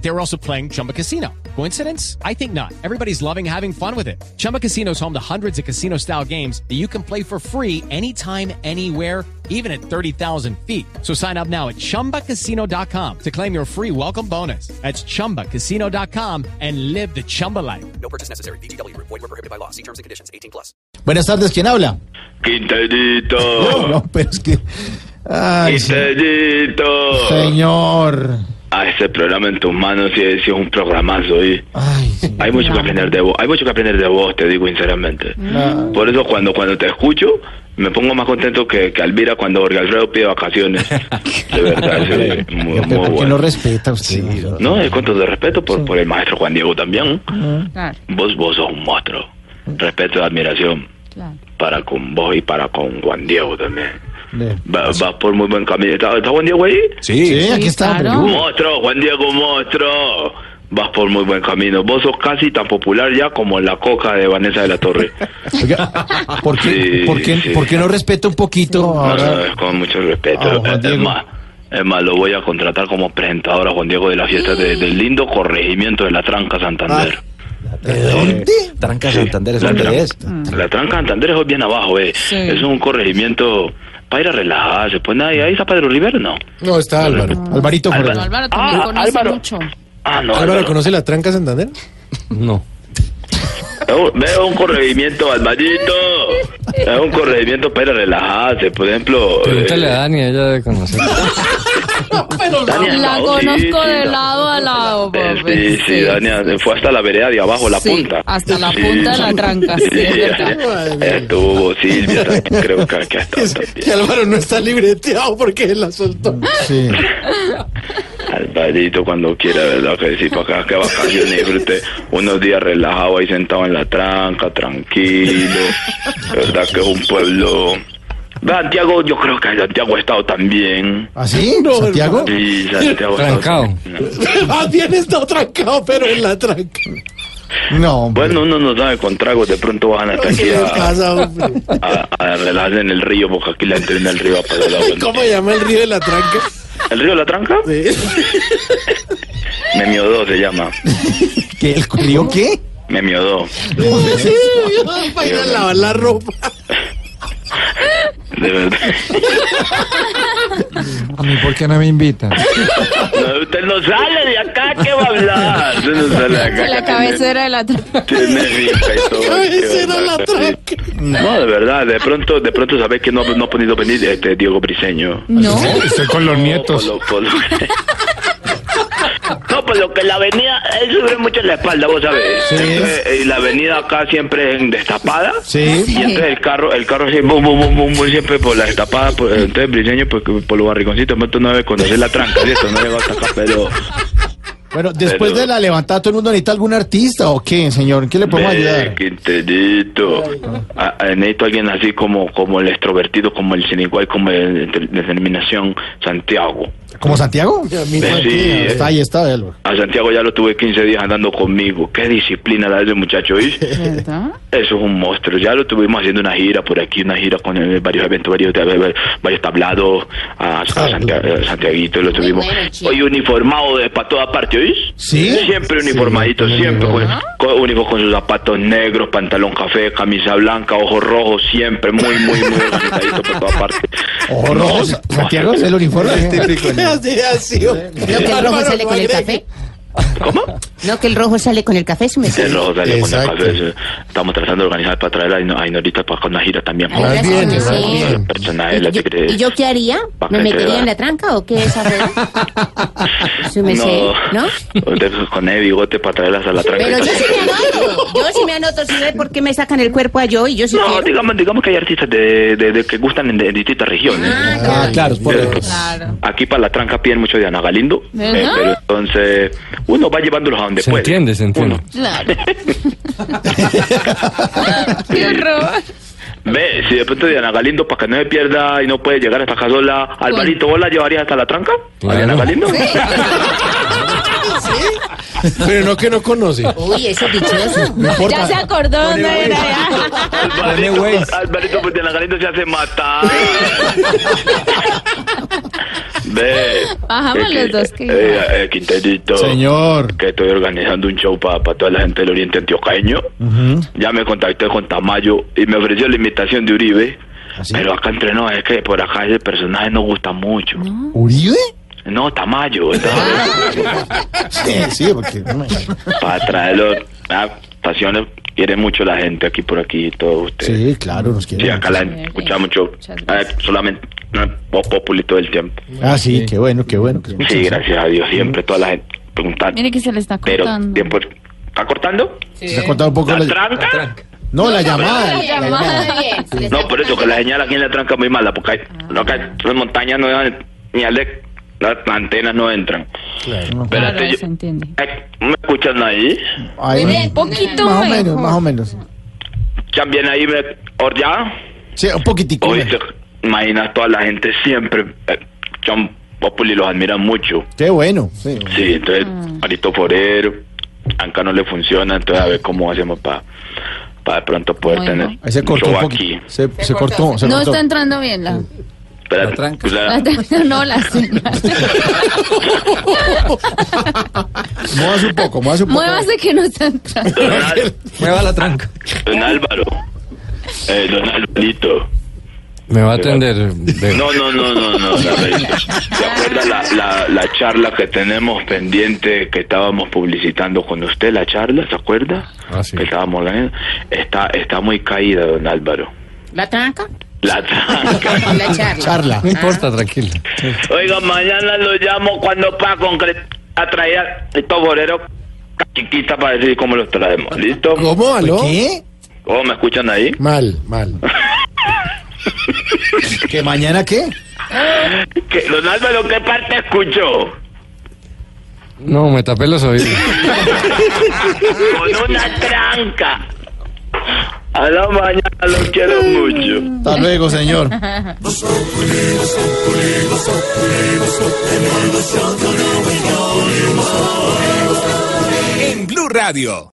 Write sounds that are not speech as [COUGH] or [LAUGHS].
They were also playing Chumba Casino. Coincidence? I think not. Everybody's loving having fun with it. Chumba Casino is home to hundreds of casino style games that you can play for free anytime, anywhere even at 30,000 feet. So sign up now at ChumbaCasino.com to claim your free welcome bonus. That's ChumbaCasino.com and live the Chumba life. No purchase necessary. BGW. Void were prohibited by law. See terms and conditions. 18 plus. Buenas tardes, ¿quién habla? No, Quinterito, no, pero es que. Ay, Quinterito. señor. Ah, ese programa en tus manos sí, sí es un programazo. ¿sí? Ay, sí. Hay mucho que aprender de vos. Hay mucho que aprender de vos, te digo sinceramente. Ah, Por eso cuando cuando te escucho me pongo más contento que, que Alvira cuando Jorge Alfredo [LAUGHS] pide vacaciones. De verdad, sí, pero muy, muy ¿por qué bueno. lo respeta usted? No, es cuento de respeto por, por el maestro Juan Diego también. Claro, Vos, vos sos un monstruo. Respeto y admiración claro. para con vos y para con Juan Diego también. Ve. Va, va por muy buen camino. ¿Está, está Juan Diego ahí? Sí, aquí está. claro. hombre. Monstruo, Juan Diego, monstruo. Vas por muy buen camino. Vos sos casi tan popular ya como la coca de Vanessa de la Torre. [LAUGHS] Oiga, ¿por qué, Sí, por qué- sí. por qué no respeta un poquito? No, ahora? no, es con mucho respeto. Ah, Juan es, Diego. más, es más, lo voy a contratar como presentador a Juan Diego de la fiesta de- del lindo corregimiento de la Tranca Santander. Ah, ¿De dónde? Tranca Santander, ¿es dónde es? Mm. La Tranca Santander es bien abajo, eh. Sí. Es un corregimiento para ir a relajarse. Pues nadie, ahí está Pedro Rivera, ¿no? No, está Álvaro. Alvarito por Álvaro. No, allá. Ah, Álvaro también conoce Álvaro. mucho. Ah, no. Álvaro, Álvaro. ¿conoce la tranca Santander? No. Veo veo un corregimiento, Alvarito. Es un corregimiento para ir a relajarse. Por ejemplo. Pregúntale eh, a Dani, ella debe conocer. Dania, La no, sí, conozco sí, de la- lado a lado, Eh, papi. Sí, sí, Dania, fue hasta la vereda de abajo, la Sí, punta. hasta la punta de la tranca, sí, es verdad. Dania, [LAUGHS] Estuvo Silvia, también, creo que aquí está Que también. Álvaro no está libreteado porque la soltó. Sí. Alvarito, cuando quiera, ¿verdad? Que sí, para acá, que vacaciones, disfrute unos días relajado ahí sentado en la tranca, tranquilo. ¿Verdad que es un pueblo? Santiago, yo creo que Santiago ha estado también. ¿Así? ¿Ah, ¿Santiago? Sí, Santiago. ha estado Trancao. Más bien está trancado, pero en la tranca. No, hombre. Bueno, uno no sabe con tragos, de pronto van hasta aquí ¿Qué le a, pasa, hombre? a, a relajarse en el río, porque aquí la gente viene al río a pasar la ¿Cómo buena. se llama el río de la tranca? ¿El río La Tranca? Sí. Memiodó se llama. ¿Qué, ¿El río qué? Memiodó. Sí, para ir a lavar la ropa. De verdad. ¿A mí por qué no me invitan? No, usted no sale de acá, ¿qué va a hablar? Usted no sale de acá. De la que cabecera de la tranca. Tiene, tiene rica y todo. Cabecera de la Sí. tranca. No, de verdad, de pronto, de pronto sabes que no, no ha podido venir este Diego Briseño. [LAUGHS] No, Estoy con los nietos. No, por lo, por lo que... [LAUGHS] No, por lo que la avenida, él sube mucho la espalda, vos sabés. Entonces, eh, la avenida acá siempre es en destapada. Ah, Sí. Y entonces el carro, el carro siempre, bum, bum, bum, bum, bum, siempre por la destapada, por, entonces Briseño pues, que por los barriconcitos, no no debe conocer la tranca, ¿cierto? No llegó hasta acá, pero... Bueno, después Pero- de la levantada, ¿todo el mundo necesita algún artista o qué, señor? ¿En qué le podemos Eh, ayudar? Quinterito, Ah, ah, necesito alguien así como, como el extrovertido, como el sin igual, como el de determinación Santiago. ¿Como Santiago? Eh, sí, Está ahí, está, véalo. A Santiago ya lo tuve 15 días andando conmigo. Qué disciplina la de ese muchacho, ¿oís? ¿verdad? Eso es un monstruo. Ya lo tuvimos haciendo una gira por aquí, una gira con eh, varios eventos, varios, eh, varios tablados a, a Santia- eh, Santiaguito, lo tuvimos. Hoy uniformado de, para todas partes, ¿oís? ¿Sí? Siempre uniformadito, Sí, siempre con, uniformado. con- único con sus zapatos negros, pantalón café, camisa blanca, ojos rojos, siempre muy, muy, muy organizadito por todas partes. Ojo rojo, Santiago es el uniforme. Así, así. No, que el rojo Álvaro, sale no con el agregue. café. ¿Cómo? No, que el rojo sale con el café, su Sí, merced. el rojo salió con el Exacto. café, sí. Estamos tratando de organizar para traer a Aino- a Ainorita para una gira también. Ahora Más sí, bien, ahora más sí. bien. personaje de ¿Y la yo, secre- y yo qué haría? Pa' que ¿Me te va. metería en la tranca o qué [LAUGHS] es esa Su merced, ¿no? de- con el bigote para traerlas a la tranca. Pero yo sí me anoto. Yo sí me anoto. Si ve por qué me sacan el cuerpo a yo y yo sí No, quiero. digamos, digamos que hay artistas de, de- de que gustan en, de- en distintas regiones. Ah, claro, es por Pero- eso. Claro. Aquí para la tranca piden mucho de Ana Galindo, Ajá. eh, pero entonces uno va llevándolos a donde Se puede. entiende, se entiende. Uno. Claro. [LAUGHS] Qué horror. Ve, si de pronto de Ana Galindo para que no se pierda y no puede llegar hasta acá sola, Alvarito, ¿vos la llevarías hasta la tranca? ¿A Claro. Ana Galindo? Pero no que no conoce. Uy, ese dichoso. No Ya se importa. acordó dónde era. Dale, güey. Alvarito, Alvarito Puertonacarito se hace [LAUGHS] matar. Ve. Bajamos eh, los dos, eh, que- eh, eh, Quinterito. Señor. Que estoy organizando un show para toda la gente del oriente antioqueño. Ya me contacté con Tamayo y me ofreció la imitación de Uribe. ¿Ah, Pero acá entre nos, es que por acá ese personaje no gusta mucho. No, ¿Uribe? Ah. Tamayo. Sí, sí, porque. para traerlo. Ah, pasiones, quiere mucho la gente aquí por aquí, todos ustedes. Sí, claro, nos Sí, quiere. acá la escucha mucho. Muchas Ah, gracias. solamente no, Voz Populi todo el tiempo. Ah, sí, qué bueno, qué bueno. que- Sí, gracias a Dios. Siempre toda la gente preguntando. Mire que se le está pero cortando. tiempo. ¿Está cortando? Se ha contado un poco ¿La la. tranca? No, la llamada. La llamada. No, por eso que la señal aquí en la tranca es muy mala. Porque hay, Ah. no, acá las montañas no dan ni al de- las antenas no entran. Claro, Espérate, yo- se entiende. Ay, ¿Me escuchan ahí? Ahí, Un Eh, poquito más o mejor. menos, más o menos. ¿También ahí me ordearon? Sí, un poquitico. Oíste, imagina toda la gente siempre. eh, John Populi los admira mucho. Qué bueno. Sí. Sí, entonces, Marito Forero, Anca no le funciona, entonces a ver cómo hacemos para para de pronto poder Bueno. tener Ahí se un cortó show un poquito. aquí. Se, se cortó, se No cortó. está entrando bien la. Espérate, La tranca. o sea, la [LAUGHS] tra- no, la [LAUGHS] señal. Muevas un poco, muevas un poco. Muévase que no está entrando. don, Al- Me va la tranca. don Álvaro, eh, don Alvarito. Me va a atender. de- No, no, no, no, no. Alvarito. ¿Te acuerdas la, la, la charla que tenemos pendiente que estábamos publicitando con usted? La charla, ¿se acuerda? Ah, sí. Que estábamos hablando. Está, está muy caída, don Álvaro. ¿La tranca? La tranca. La charla. Charla. No importa, tranquilo. Oiga, mañana lo llamo cuando para concretar a traer a estos boleros chiquita para decir cómo los traemos. ¿Listo? ¿Cómo, aló? ¿Qué? ¿Cómo me escuchan ahí? Mal, mal. ¿Que mañana qué? ¿Qué, don Álvaro, ¿qué parte escuchó? No, me tapé los oídos. Con una tranca. A la mañana los quiero mucho. Hasta luego, señor. En Blue Radio.